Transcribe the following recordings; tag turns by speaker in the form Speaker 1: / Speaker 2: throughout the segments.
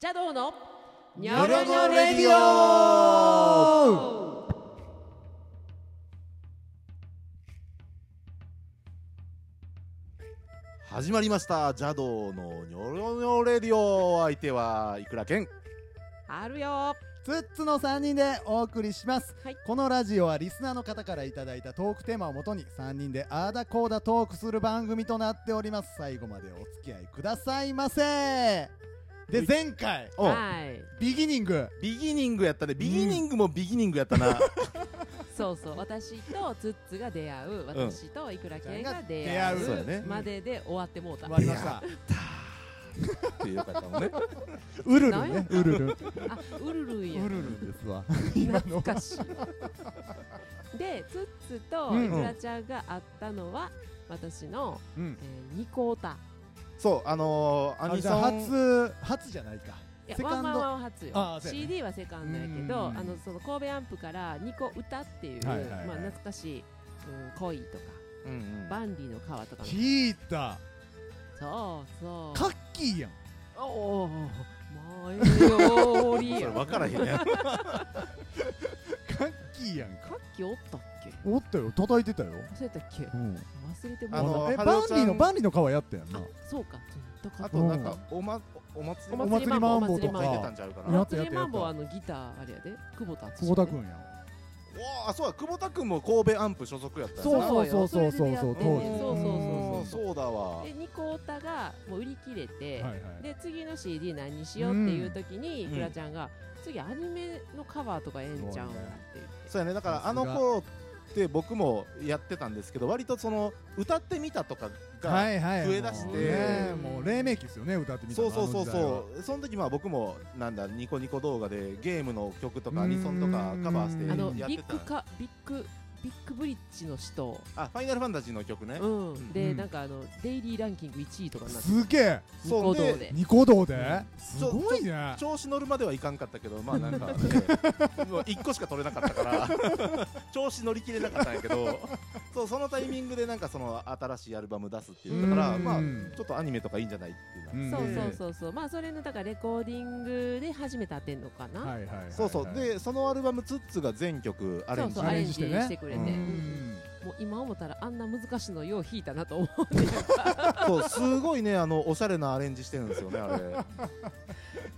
Speaker 1: ジャドーのニ
Speaker 2: ョロニョレディ
Speaker 1: オ
Speaker 2: 始まりましたジャドーのニョロニョレディオ相手はいくらけん
Speaker 1: あるよ
Speaker 3: ツッツの3人でお送りします、
Speaker 1: はい
Speaker 3: このラジオはリスナーの方からいただいたトークテーマをもとに3人であーだこーだトークする番組となっております最後までお付き合いくださいませで前回
Speaker 2: おう
Speaker 1: はい
Speaker 3: ビギニング
Speaker 2: ビギニングやったねビギニングもビギニングやったな、
Speaker 1: そうそう私とツッツが出会う私といくらけんが出会
Speaker 2: そうや
Speaker 1: う
Speaker 2: ね
Speaker 1: までで終わってもうた
Speaker 3: 終わりました
Speaker 2: ってよかったもんね
Speaker 3: ウルル
Speaker 1: なんや
Speaker 3: ねウルル
Speaker 1: あウルルンや
Speaker 3: ウルルですわ
Speaker 1: 懐かしいでツッツと
Speaker 3: うん
Speaker 1: いくらちゃんが会ったのは私の
Speaker 3: うん
Speaker 1: えー二コータ
Speaker 2: そうあのー、ア
Speaker 3: あ
Speaker 2: ニ
Speaker 3: じゃあ
Speaker 2: ソン
Speaker 3: 初初じゃないか
Speaker 1: いや
Speaker 3: セ
Speaker 1: ワ
Speaker 3: カ
Speaker 1: ン
Speaker 3: ン
Speaker 1: マンワ
Speaker 3: ド
Speaker 1: ン初よ
Speaker 3: あーそうやね
Speaker 1: CD はセカンドやけ
Speaker 3: う
Speaker 1: ど
Speaker 3: ん
Speaker 1: あのその神戸アンプから「ニコ歌」っていう、
Speaker 3: はいはいはい
Speaker 1: まあ、懐かしい「うん、恋」とか
Speaker 2: うん
Speaker 1: 「万里の川」とかの
Speaker 3: 聞いた
Speaker 1: そうそう
Speaker 3: カッキーやん
Speaker 1: おお前よ
Speaker 2: うん、
Speaker 1: り
Speaker 2: それ
Speaker 1: や
Speaker 2: 分からへんやん
Speaker 3: カッキーやんか
Speaker 1: カッキおったっけ
Speaker 3: おったよ叩いてたよ
Speaker 1: 忘れたっけ
Speaker 3: うん
Speaker 1: 忘れても
Speaker 2: あ
Speaker 1: らっ
Speaker 2: の
Speaker 3: え
Speaker 2: ハ
Speaker 3: バ
Speaker 2: ロ
Speaker 3: ン
Speaker 2: ち
Speaker 3: デ
Speaker 2: ゃん
Speaker 3: ィのバンディの川やったやんな
Speaker 1: たそうかずっとか
Speaker 2: あとなんかお,、ま、お祭り
Speaker 1: お
Speaker 2: も
Speaker 1: 祭りマンボ
Speaker 3: お祭りマンボ
Speaker 1: と
Speaker 2: 出て
Speaker 3: と
Speaker 2: た
Speaker 3: か
Speaker 2: んちゃうか
Speaker 1: お
Speaker 2: な
Speaker 3: や
Speaker 2: お
Speaker 3: った
Speaker 1: 祭
Speaker 3: や
Speaker 1: り
Speaker 3: った
Speaker 1: マンボ
Speaker 3: や
Speaker 1: は
Speaker 3: っ
Speaker 1: あのギターあれやで久保田敦
Speaker 3: 久保田君やん
Speaker 2: ーあそうだ久保田君も神戸アンプ所属やった
Speaker 3: そう
Speaker 2: な
Speaker 3: そうそうそうそうそう
Speaker 1: そ
Speaker 3: 当
Speaker 1: う
Speaker 3: 時
Speaker 1: そうそうそう
Speaker 2: そうそうだわ
Speaker 1: でニコ歌がもう売り切れて、
Speaker 3: はいはい
Speaker 1: で次の CD 何にしようっていう時に、
Speaker 2: うん
Speaker 1: いくらちゃんが次アニメのカバーとかええんちゃうんって
Speaker 3: すごいね
Speaker 1: 言って
Speaker 2: そうやねだからあの頃って僕もやってたんですけど割とその歌ってみたとかが、
Speaker 3: はいはい
Speaker 2: 増え出して
Speaker 3: もうねもう黎明期ですよね歌ってみた
Speaker 2: そ
Speaker 3: の
Speaker 2: うそうそう
Speaker 3: あの時代は
Speaker 2: そうその時まあ僕もなんだニコニコ動画でゲームの曲とか
Speaker 3: うー
Speaker 2: ア
Speaker 3: ん
Speaker 2: ニソンとかカバーして
Speaker 1: あ
Speaker 3: あ
Speaker 1: の
Speaker 2: やっ
Speaker 1: ビ
Speaker 2: て
Speaker 1: ッ
Speaker 2: た
Speaker 1: グかビッグビッグブリッジの人、
Speaker 2: あファイナルファンタジーの曲ね、
Speaker 1: うん、で、
Speaker 3: うん
Speaker 1: なんかあのデイリーランキング1位とかになって
Speaker 3: すげえ
Speaker 1: ニコ
Speaker 2: そ
Speaker 1: 動
Speaker 2: うで
Speaker 1: で
Speaker 3: ニコ動で
Speaker 1: う
Speaker 3: すごいね
Speaker 2: 調子乗るまではいかんかったけどまあなんか、ね、もう1個しか取れなかったから調子乗り切れなかったんやけどそうそのタイミングでなんかその新しいアルバム出すっていうだから
Speaker 3: うん
Speaker 2: まあちょっとアニメとかいいんじゃないっていうのは、
Speaker 1: そう
Speaker 3: うん
Speaker 1: そうそうそうまあそれのだからレコーディングで初めて当てんのかな、
Speaker 3: はいはいはいはい
Speaker 2: そうそうでそのアルバムツッツが全曲アレ
Speaker 1: そ
Speaker 2: ン
Speaker 1: う
Speaker 2: ジ
Speaker 1: そうア
Speaker 3: ア
Speaker 1: レ
Speaker 3: レ
Speaker 1: ン
Speaker 3: ン
Speaker 1: ジ
Speaker 3: ジ
Speaker 1: して,、
Speaker 3: してね
Speaker 1: く
Speaker 3: う
Speaker 1: れ
Speaker 3: ん
Speaker 1: て、
Speaker 2: う
Speaker 1: もう今思ったらあんな難しいのよう弾いたなと思う
Speaker 2: そうすごいねあのおしゃれなアレンジしてるんですよねあれ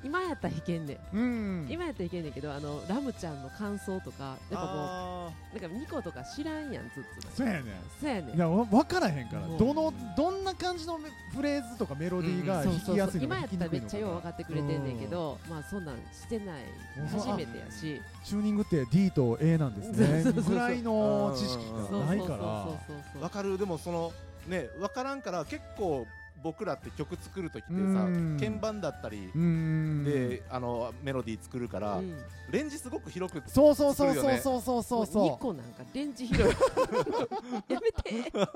Speaker 1: 今やったら弾けんねん
Speaker 3: うん
Speaker 1: 今やったらいけんねんけどあのラムちゃんの感想とかやっぱも
Speaker 2: あ
Speaker 1: うなんかニコとか知らんやんずっと
Speaker 3: そうやね
Speaker 1: そうやね
Speaker 3: い
Speaker 1: ん
Speaker 3: やわ分からへんから
Speaker 1: もう
Speaker 3: どのどんな感じのフレーズとかメロディーが
Speaker 1: そう
Speaker 3: 弾
Speaker 1: そ
Speaker 3: きや
Speaker 1: う
Speaker 3: す
Speaker 1: そ
Speaker 3: いうの
Speaker 1: 今
Speaker 3: か
Speaker 1: やった
Speaker 3: 弾
Speaker 1: ら
Speaker 3: きにく
Speaker 1: め
Speaker 3: い
Speaker 1: っ
Speaker 3: の
Speaker 1: ち
Speaker 3: か
Speaker 1: ゃよう分かってくれてんねんけどまあそんなんしてない
Speaker 3: うん
Speaker 1: 初めてやし
Speaker 3: チューニングって D と A なんですね
Speaker 1: そうそうそうそう
Speaker 3: ぐらいの知識
Speaker 2: うん
Speaker 1: そう
Speaker 3: が
Speaker 1: そ
Speaker 3: な
Speaker 1: う
Speaker 3: い
Speaker 1: そうそう
Speaker 3: か
Speaker 1: そう
Speaker 2: わかるでもそのねわからんから結構僕らって曲作る時ってさ
Speaker 3: うん
Speaker 2: 鍵盤だったり
Speaker 3: らうん
Speaker 2: であのメロディー作るから、
Speaker 1: うん
Speaker 2: レンジすごく広く
Speaker 3: そうそうそう
Speaker 2: 作るよ
Speaker 3: そう
Speaker 2: ね
Speaker 3: そうそうそう
Speaker 1: もう
Speaker 3: そ
Speaker 1: ニ
Speaker 3: う
Speaker 1: コなんかレンジ広い やめてや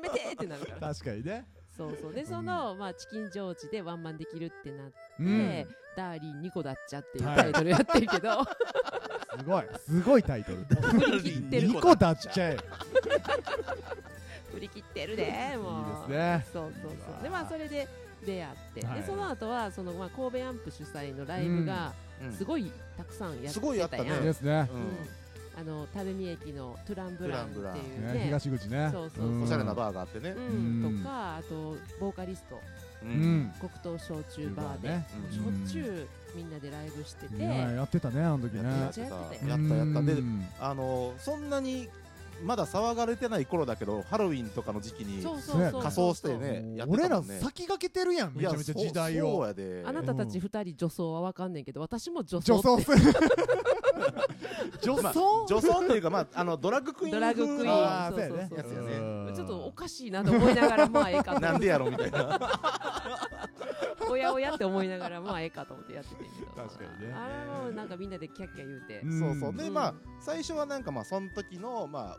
Speaker 1: めてってなるから
Speaker 3: 確かにね
Speaker 1: そうそうでその、まあ、チキンジョージでワンマンできるってなって、
Speaker 3: うん
Speaker 1: ダーリンニコだっちゃっていう
Speaker 3: はい
Speaker 1: タイトルやってるけど、
Speaker 3: すごいすごいタイトル
Speaker 1: 振り切ってる
Speaker 3: ニコだっちゃえ
Speaker 1: 振り切ってるでもう
Speaker 3: いいですね
Speaker 1: そうそう
Speaker 3: う
Speaker 1: そ
Speaker 3: わ
Speaker 1: う
Speaker 3: ー
Speaker 1: でまあそれで出会って、
Speaker 3: はい
Speaker 1: でその後はそのまあ神戸アンプ主催のライブが
Speaker 2: うん
Speaker 1: すごいたくさんやっ
Speaker 2: すごい
Speaker 1: て
Speaker 2: やったた
Speaker 1: やん、
Speaker 2: ね
Speaker 3: ですね
Speaker 2: う
Speaker 1: あの垂水駅のトゥランブランっていうね
Speaker 3: ね東口ね
Speaker 1: そうそうそうん
Speaker 2: おしゃれな
Speaker 3: ー
Speaker 2: バーがあってね
Speaker 1: う、、
Speaker 3: うんん
Speaker 1: とかあとボーカリスト
Speaker 2: う
Speaker 3: う、ん
Speaker 1: 黒糖焼酎バーで、
Speaker 3: ね
Speaker 1: しょっちゅうみんなでライブしてて、
Speaker 3: いややってたねあの時ね
Speaker 2: やってた
Speaker 1: やってた
Speaker 2: やったやったで
Speaker 3: うん
Speaker 2: あのそんなにまだ騒がれてない頃だけどハロウィンとかの時期に
Speaker 1: そうそうそうそう
Speaker 2: 仮装してねやって
Speaker 3: 俺
Speaker 2: たもん
Speaker 3: ら
Speaker 2: ね
Speaker 3: 先駆けてるやんめちゃめちゃ時代
Speaker 2: そうそう
Speaker 3: を
Speaker 2: やで
Speaker 1: あなたたち二人女装はわかんねんけど私も女装
Speaker 3: 女
Speaker 1: って
Speaker 3: 装する女装
Speaker 2: 女装っていうかまああのドラッグクイー
Speaker 1: ド
Speaker 2: ン
Speaker 1: ラッグクイー
Speaker 3: あ
Speaker 1: ン
Speaker 3: ーそうやね
Speaker 1: そうそうそう
Speaker 2: やつやね
Speaker 1: ちょっとおかしいなと思いながらまあええかと
Speaker 2: なんでやろみたいな
Speaker 1: おやおやって思いながらまあええかと思ってやっててんけど
Speaker 3: 確かにね
Speaker 1: あれもなんかみんなでキャッキャ言うて、
Speaker 3: ん
Speaker 2: そうそうで、
Speaker 1: うん
Speaker 2: まあ最初はなんかまあその時のま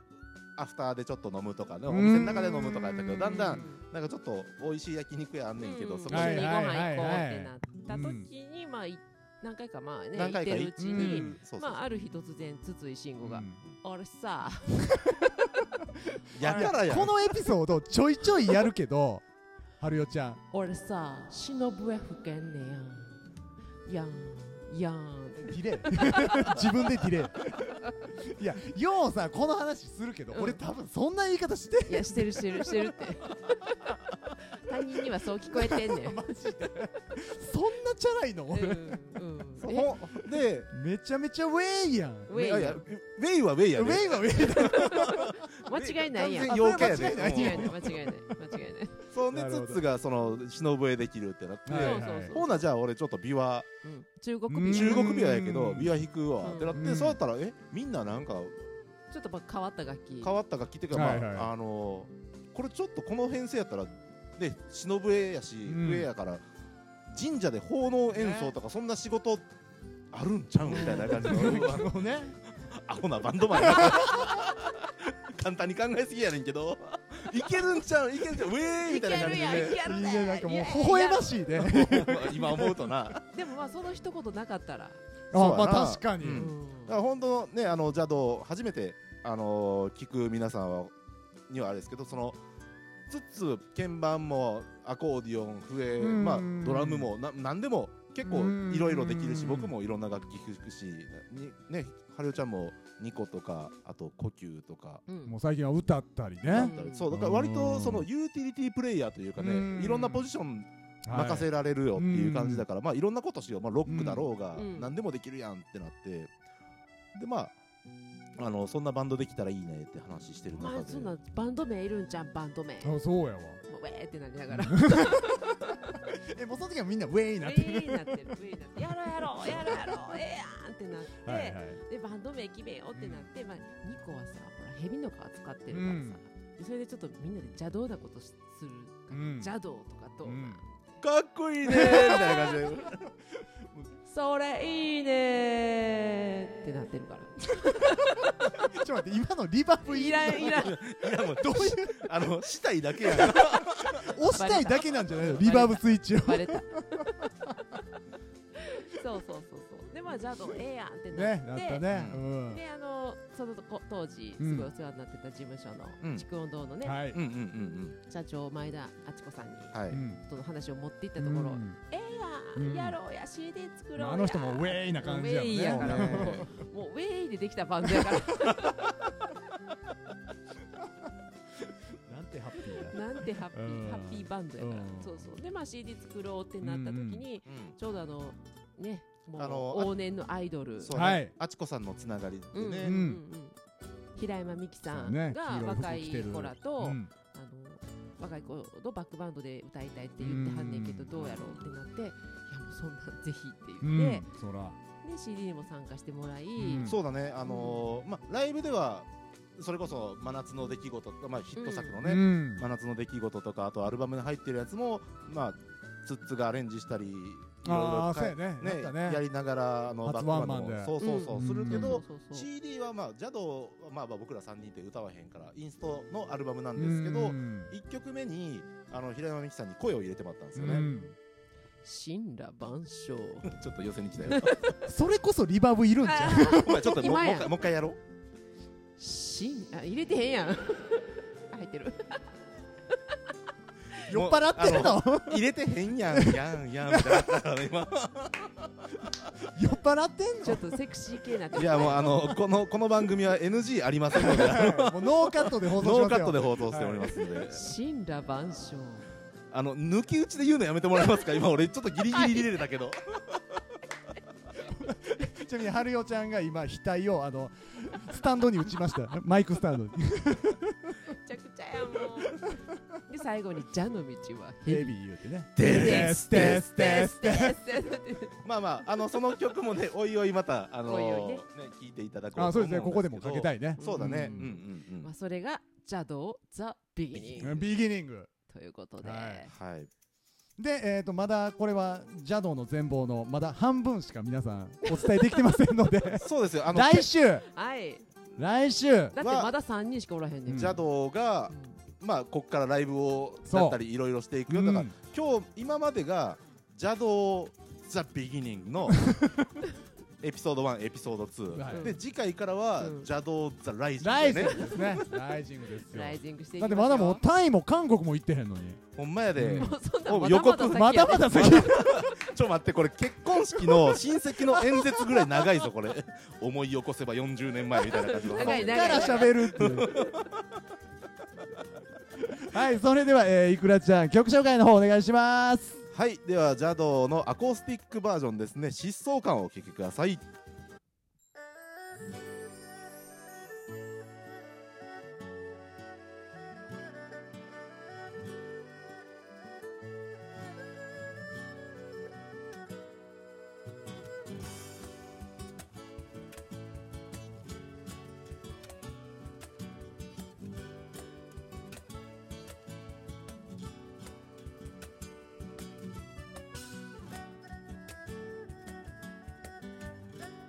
Speaker 2: あアフターでちょっと飲むとかねお
Speaker 3: うん
Speaker 2: 店の中で飲むとかやったけ
Speaker 1: う
Speaker 2: どだんだんなんかちょっと美味しい焼肉屋あんねんけど、
Speaker 1: うん
Speaker 2: そこ
Speaker 1: 一緒
Speaker 3: はい
Speaker 1: にご
Speaker 2: に
Speaker 3: はい
Speaker 1: 飯行こう
Speaker 3: はい
Speaker 1: ってなった時にまあい何回かまあね行
Speaker 2: 何
Speaker 1: っ
Speaker 2: 回
Speaker 1: て
Speaker 2: か
Speaker 1: る
Speaker 2: 行
Speaker 1: う
Speaker 2: っ
Speaker 1: ち
Speaker 2: て
Speaker 1: に、
Speaker 2: るそうそう
Speaker 1: まあある日突然筒井慎吾が「俺さ
Speaker 2: やからやん
Speaker 3: このエピソードちょいちょいやるけど 春代ちゃん
Speaker 1: 俺さ忍ぶや吹けんねやんやんやん
Speaker 3: ディレイ 自分でディレイいやようさこの話するけど、
Speaker 1: うん
Speaker 3: 俺多分そんな言い方して
Speaker 1: いやしてるしてるしてるって他人にはそう聞こえてんねん、
Speaker 3: マジでそんなチャラいの
Speaker 1: うん
Speaker 3: 俺、
Speaker 1: うん、え
Speaker 2: ほで
Speaker 3: めちゃめちゃウェイやん
Speaker 1: ウェイ
Speaker 2: いやいやウェイはウェイや
Speaker 3: ウ
Speaker 2: で
Speaker 3: ェイはウェイだ
Speaker 1: 間違いないやん
Speaker 2: 完全陽キャや
Speaker 3: あそれは
Speaker 1: 間
Speaker 2: で
Speaker 1: 違いない
Speaker 2: うん
Speaker 1: 間違いない間違いない
Speaker 2: そんで
Speaker 3: なるほど
Speaker 2: ツッツがその忍笛できるってなって、
Speaker 1: はいそうそうそう
Speaker 2: ほなじゃあ俺ちょっと琵琶
Speaker 1: うん中国
Speaker 3: うん
Speaker 1: 美
Speaker 2: 中国琵琶やけど
Speaker 3: うん
Speaker 2: 琵琶弾くわ
Speaker 1: うん
Speaker 2: ってなって、
Speaker 3: うん
Speaker 2: そうやったらえみんななんか
Speaker 1: ちょっとば変わった楽器
Speaker 2: 変わった楽器っていうか、まあ
Speaker 3: はいはい
Speaker 2: あのーこれちょっとこの編成やったらで忍笛やし、
Speaker 3: ん
Speaker 2: 笛やから神社で奉納演奏とかそんな仕事あるんちゃうんみたいな感じの、
Speaker 3: もうね
Speaker 2: アホなバンドマンやな簡単に考えすぎやねんけどいけるんちゃういけるんちゃうウェーみ
Speaker 1: いけ
Speaker 2: たい
Speaker 1: る
Speaker 2: な感じで
Speaker 1: やんいける
Speaker 2: ね
Speaker 3: い
Speaker 1: ね
Speaker 3: やなんかもう微笑ましいね
Speaker 2: 今思うとなだか
Speaker 1: でもまあその一言なかったら、
Speaker 3: あ
Speaker 2: そうや
Speaker 3: ま
Speaker 2: な
Speaker 3: あ確かに、
Speaker 2: う
Speaker 1: うんん、
Speaker 2: ら本当ねあの邪道初めてあのー聞く皆さんはにはあれですけどそのつつ鍵盤もアコーディオン笛
Speaker 3: うん
Speaker 2: まあドラムもな何でも結構いろいろできるし
Speaker 3: うん
Speaker 2: 僕もいろんな楽器弾くしにねはるよちゃんもニコとかあと呼吸とか
Speaker 1: うん
Speaker 3: もう最近は歌ったりね、
Speaker 2: だ
Speaker 1: う
Speaker 2: っ
Speaker 1: ん
Speaker 2: たりそうだから割とそのユーティリティプレイヤーというか
Speaker 3: う
Speaker 2: ね
Speaker 3: ん
Speaker 2: いろんなポジション
Speaker 3: はい
Speaker 2: 任せられるよっていう感じだから、まあいろんなことしよう、まあ、ロックだろうが、
Speaker 1: うん
Speaker 2: 何でもできるやんってなってでまああのそんなバンドできたらいいねって話してる中
Speaker 1: まあ
Speaker 2: で
Speaker 1: そんなバンド名いるんじゃんバンド名も
Speaker 3: あそうやわ
Speaker 1: うウェーってなりながら
Speaker 3: えもうその時はみんなウェイ
Speaker 1: ウェイ
Speaker 3: になっ てる、
Speaker 1: になってるウェイになってるやろうやろうやろうやろうええやんってなって、
Speaker 3: はいはい
Speaker 1: でバンド名決めようってなって、まあ、ニコはさほら蛇の皮使ってるからさ、でそれでちょっとみんなで邪道なことしするから、
Speaker 3: うん
Speaker 1: 邪道とかと、
Speaker 3: うん
Speaker 2: かっこ いいねーみたいな感じで
Speaker 1: それいいねーってなってるから
Speaker 3: ちょっと待って今のリバーブ
Speaker 1: いらんいらん
Speaker 2: いやもうどういうあのしたいだけやん
Speaker 3: 押したいだけなんじゃないのリバーブスイッチを
Speaker 1: バレたそうそうそうそうでまあ邪道ええやんってなっ
Speaker 3: ね
Speaker 1: て
Speaker 3: なったね、
Speaker 2: う
Speaker 3: うん
Speaker 1: であのそのこ当時
Speaker 3: うん
Speaker 1: すごいお世話になってた事務所
Speaker 2: うん
Speaker 1: の筑音堂のね、
Speaker 3: はい、
Speaker 2: うんうんうん
Speaker 1: 社長前田あちこさんに
Speaker 2: うんはい、
Speaker 3: うん
Speaker 1: との話を持っていったところ、
Speaker 3: うん
Speaker 1: ええやん、
Speaker 3: うん
Speaker 1: やろうや CD 作ろう
Speaker 3: ま
Speaker 1: や、
Speaker 3: ああの人もウェイな感じやも
Speaker 1: ウ
Speaker 3: んね
Speaker 1: ェイやからも
Speaker 3: もうね
Speaker 1: うもうウェイでできたバンドやから
Speaker 3: なんてハッピーだ
Speaker 1: なんてハッピ
Speaker 3: うん
Speaker 1: ーハッピーバンドやから、
Speaker 3: うん
Speaker 1: そうそうでまあ CD 作ろうってなった時に、
Speaker 2: うん
Speaker 1: ちょうどあのねもう
Speaker 2: あのあ
Speaker 1: 往年のアイドル
Speaker 2: そうね、
Speaker 3: はい
Speaker 2: あちこさんのつながりで
Speaker 1: うんうんうん
Speaker 2: ね、
Speaker 1: うん平山美樹さんが
Speaker 3: そうね
Speaker 1: 若い
Speaker 3: 黄色い服着てる
Speaker 1: 子らと、
Speaker 3: う
Speaker 1: あ
Speaker 3: ん
Speaker 1: の若い子のバックバンドで歌いたいって言ってはんねんけど
Speaker 3: うん
Speaker 1: どうやろうってなっていやもうそんなんぜひって
Speaker 3: う
Speaker 1: 言って
Speaker 3: ん、そら
Speaker 1: で CD にも参加してもらい、
Speaker 3: ん
Speaker 2: そうだねあのーまあライブではそれこそ真夏の出来事、まあ、ヒット作のね、
Speaker 3: うん
Speaker 2: 真夏の出来事とかあとアルバムに入ってるやつもまあツッツがアレンジしたりいろい
Speaker 3: あ
Speaker 2: ろ
Speaker 3: あそう
Speaker 2: か
Speaker 3: やね
Speaker 2: ね
Speaker 3: やったね
Speaker 2: やりながらあの
Speaker 3: 初ワンマン
Speaker 2: バック
Speaker 3: で
Speaker 2: もそうそうそう、
Speaker 1: うん
Speaker 2: するけど、
Speaker 1: そうそうそう
Speaker 2: CD はまあジャドはまあまあ僕ら3人って歌わへんからインストのアルバムなんですけど、
Speaker 3: うん
Speaker 2: 一1曲目にあの平山美樹さんに声を入れてもらったんですよ
Speaker 3: う
Speaker 2: ね、
Speaker 3: ん
Speaker 1: 神羅万象
Speaker 2: ちょっと寄せに来たよ
Speaker 3: それこそリバーブいるんじゃん
Speaker 2: お前ちょっともうもう
Speaker 1: 今
Speaker 2: 一
Speaker 1: や
Speaker 2: 回もう一回やろう
Speaker 1: 神あ入れてへんやん あ入ってる
Speaker 3: 酔っ払ってる
Speaker 2: もう
Speaker 3: の
Speaker 2: 入れてへんやんやんやんみたいなあの今
Speaker 3: 酔っ払ってん
Speaker 1: ちょっとセクシー系になって
Speaker 2: いやもうあのこのこの番組は NG ありませんので
Speaker 3: の もうノーカットで放送し
Speaker 2: ノー
Speaker 3: ますよ
Speaker 2: カットで放送しておりますので、
Speaker 1: 神羅万象
Speaker 2: あの抜き打ちで言うのやめてもらえますか今俺ちょっとギリギリ入れれたけど
Speaker 3: ちなみに春代ちゃんが今額をあのスタンドに打ちましたマイクスタンドに
Speaker 1: めちゃくちゃやもうで最後に「蛇の道は
Speaker 3: ヘビー言うてね
Speaker 1: です
Speaker 3: ですです
Speaker 1: で
Speaker 3: です
Speaker 1: す」
Speaker 2: まあまああのその曲もねおいおいまたあの
Speaker 1: おいおい
Speaker 2: ね
Speaker 1: ね
Speaker 2: 聞いていただこうと思
Speaker 3: あそうですね
Speaker 2: ん
Speaker 3: ここでもかけた
Speaker 2: い
Speaker 3: いね
Speaker 2: そうだねう
Speaker 1: うんん
Speaker 2: うんうん
Speaker 1: まあそれが邪道ザ・ビギニング
Speaker 3: ビギニング
Speaker 1: ということで、
Speaker 3: はい
Speaker 2: はい
Speaker 3: で、えー、とまだこれは邪道の全貌のまだ半分しか皆さんお伝えできてませんので
Speaker 2: そうです よあの
Speaker 3: 来週
Speaker 1: はい、
Speaker 3: 来週
Speaker 1: だってまだ3人しかおらへんねん、
Speaker 3: うん
Speaker 1: うん、
Speaker 2: 邪道がまあこっからライブを
Speaker 3: そう
Speaker 2: だったりいろいろしていくよだから
Speaker 3: うん
Speaker 2: 今日今までが邪道ザビギニングのエピソード1エピソード2、
Speaker 3: はい
Speaker 2: で次回からは、
Speaker 1: うん
Speaker 2: 邪道ザライジン
Speaker 3: ライ
Speaker 2: グ
Speaker 3: ジ
Speaker 2: で
Speaker 3: ン
Speaker 2: ね
Speaker 3: グですねライジングですよ
Speaker 1: ライジングしていき
Speaker 3: だっ
Speaker 1: ま
Speaker 3: て
Speaker 1: すよ
Speaker 3: まだもうタイも韓国も行ってへんのに
Speaker 2: ほんまやで、
Speaker 3: うん
Speaker 1: もうそんな
Speaker 2: も
Speaker 1: んま
Speaker 2: う
Speaker 1: だ
Speaker 2: 予
Speaker 1: まだ
Speaker 2: 告
Speaker 1: 先や
Speaker 3: ま
Speaker 1: で
Speaker 3: だまだ先い
Speaker 2: ちょ待ってこれ結婚式の親戚の演説ぐらい長いぞこれ思い起こせば40年前みたいな感じの
Speaker 1: 長い長い
Speaker 3: から喋るっていうはいそれでは、えー、いくらちゃん曲紹介の方お願いします
Speaker 2: はいでは邪道のアコースティックバージョンですね疾走感をお聴きください
Speaker 4: 「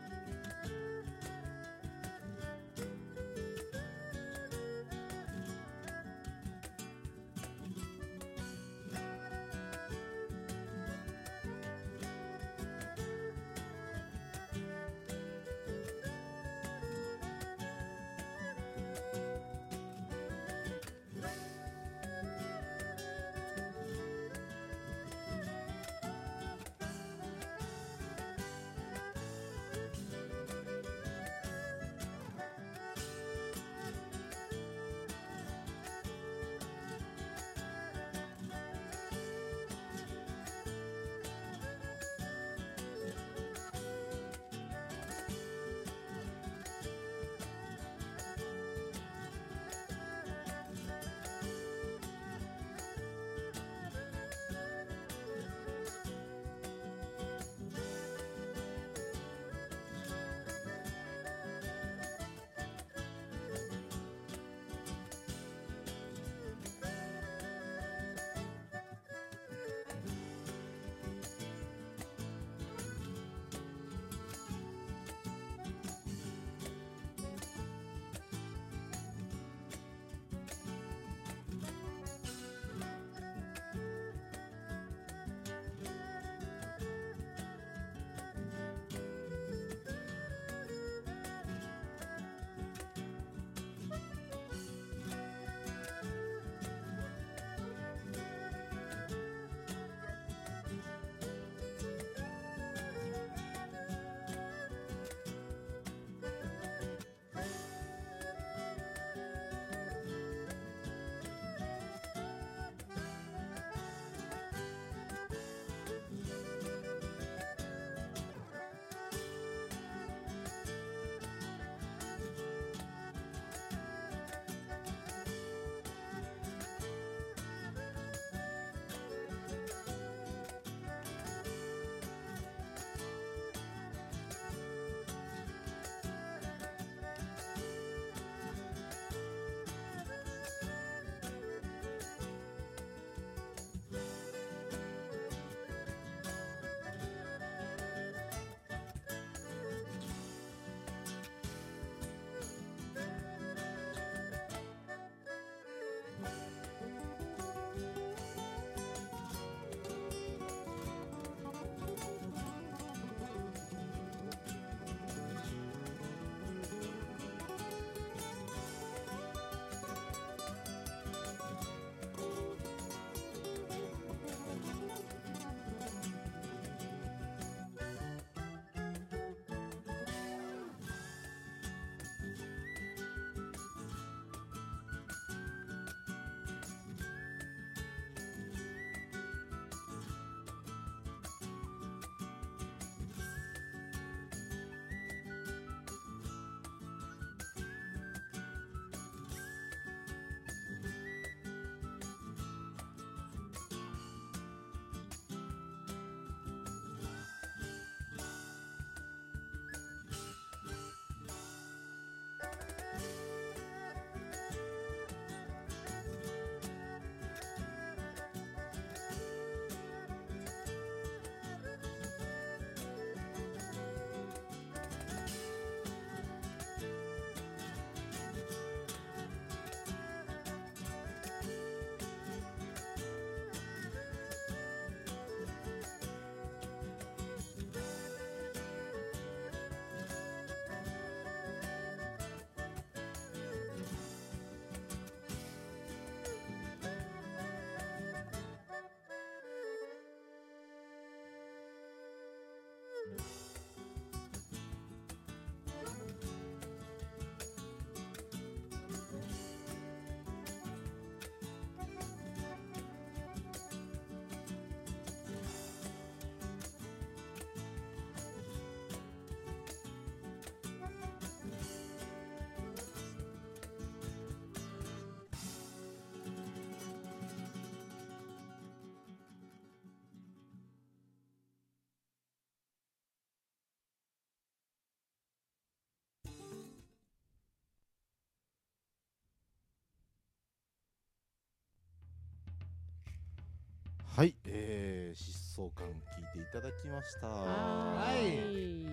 Speaker 2: はい、えー、疾走感聞いていただきました。
Speaker 1: は
Speaker 3: ーい
Speaker 1: ーい。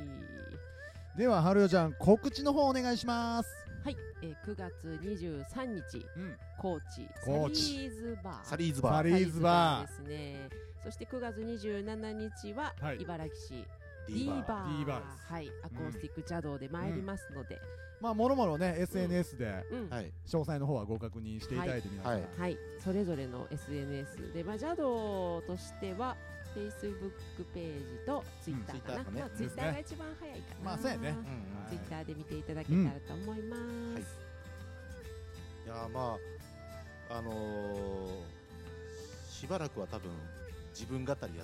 Speaker 3: では春代ちゃん告知の方お願いします
Speaker 1: はい、えー、9月23日、
Speaker 3: うん
Speaker 1: 高知、サ
Speaker 3: 高
Speaker 1: リ
Speaker 3: 知
Speaker 1: ーズバー。
Speaker 2: サリーズ
Speaker 3: サ
Speaker 2: バー、
Speaker 3: リ
Speaker 1: サ
Speaker 3: ーズバ
Speaker 1: リーズバーですね。そして9月27日は、
Speaker 3: はい
Speaker 1: 茨城市
Speaker 2: D
Speaker 1: D バ
Speaker 2: バ
Speaker 1: ー
Speaker 2: ー。
Speaker 3: D バーです
Speaker 1: はい、アコースティック茶道で参りますので、
Speaker 3: ーまあもろもろね SNS で
Speaker 1: うん、
Speaker 2: はい、
Speaker 3: 詳細の方はご確認していただいて皆さん、
Speaker 2: はい
Speaker 1: はい、それぞれの SNS で、まあ、ジャドとしては、Facebook ページと Twitter かな、
Speaker 2: Twitter かね
Speaker 1: まあ、
Speaker 3: ですね
Speaker 1: Twitter が一番早いかな、
Speaker 3: まあそうやね
Speaker 2: うんうん
Speaker 3: はい
Speaker 1: Twitter で見ていただけたらと思います。
Speaker 2: んはいいやーまああのー、しばらくは多分自分語り や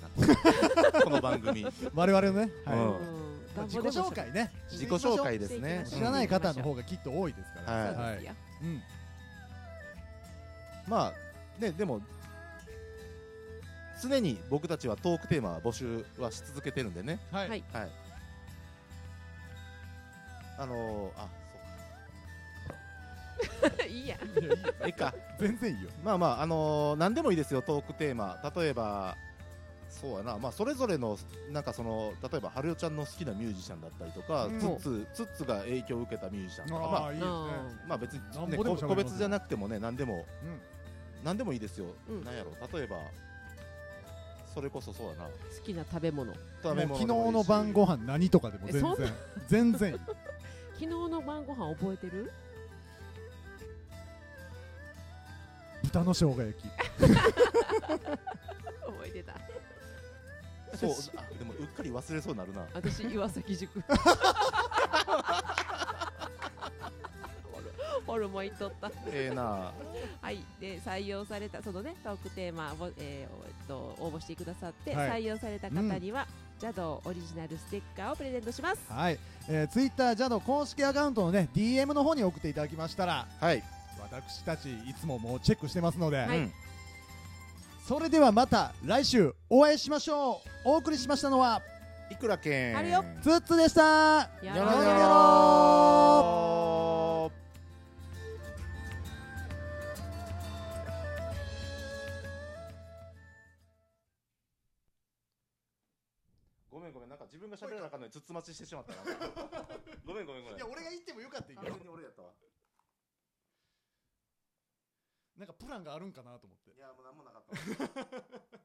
Speaker 2: なこの番組
Speaker 3: 我々のね、はいう
Speaker 1: うんん
Speaker 3: まあ
Speaker 1: 暖
Speaker 3: 自己
Speaker 1: 房でも
Speaker 3: 紹介ね
Speaker 2: 自己紹介ですね
Speaker 1: 自己紹介
Speaker 3: 知らない方の方がきっと多いですから、
Speaker 1: そ
Speaker 2: はいう
Speaker 1: ですよ、
Speaker 3: うん、
Speaker 2: まあねでも常に僕たちはトークテーマ募集はし続けてるんでね
Speaker 3: はい、
Speaker 1: はい
Speaker 2: はいあのー、あそ
Speaker 1: い、いや
Speaker 3: いやいいよ
Speaker 2: うかええか
Speaker 3: 全然いいよ
Speaker 2: まあまああのー、何でもいいですよトークテーマ例えばそうやなまあそれぞれのなんかその例えば春代ちゃんの好きなミュージシャンだったりとか、
Speaker 3: うん
Speaker 2: ツッツーツッツーが影響を受けたミュージシャンとかまあ
Speaker 3: ああいいですね
Speaker 2: まあ別に、
Speaker 3: なん
Speaker 2: ね、
Speaker 3: ぼで
Speaker 2: こ
Speaker 3: も喋れますね
Speaker 2: 個別じゃなくてもね何でも
Speaker 3: うん
Speaker 2: 何でもいいですよ、
Speaker 1: うん
Speaker 2: なんやろ例えばそれこそそうだな
Speaker 1: 好きな食べ物
Speaker 2: 食べ
Speaker 3: も
Speaker 2: 物
Speaker 3: う昨日
Speaker 2: でもいいし
Speaker 3: の晩ご飯何とかでも全
Speaker 1: え
Speaker 3: 然
Speaker 1: そん
Speaker 3: 全然いい
Speaker 1: 昨日の晩ご飯覚えてる
Speaker 3: 豚の生姜焼き
Speaker 1: 覚えてた
Speaker 2: そうあでもうっかり忘れそうになるな
Speaker 1: 私岩崎 塾ホルモン行っとった
Speaker 2: ええな
Speaker 1: はい、で採用されたそのねトークテーマを、えーおえっと応募してくださって、
Speaker 3: はい
Speaker 1: 採用された方には、ジャドオリジナルステッカーをプレゼントします。
Speaker 3: はい、えー、ツイッタージャド公式アカウントのね DM の方に送っていただきましたら
Speaker 2: はい、
Speaker 3: 私たちいつももうチェックしてますので、
Speaker 1: はい
Speaker 2: うん
Speaker 3: それではまた来週お会いしましょうお送りしましたのはい
Speaker 2: くらけん
Speaker 1: あるよ
Speaker 3: ツッツでした
Speaker 1: よ
Speaker 2: よ
Speaker 1: ろ
Speaker 2: ろ
Speaker 1: し
Speaker 2: し
Speaker 1: く
Speaker 2: く
Speaker 1: ね
Speaker 2: ねろごめんごめんなんか自分が喋らなあかんのにつつまちしてしま ったなごめんごめんごめん
Speaker 3: 俺が言ってもよかった
Speaker 2: 完全に俺やったわ
Speaker 3: なんかプランがあるんかなと思って
Speaker 2: いやもうなんもなかったわ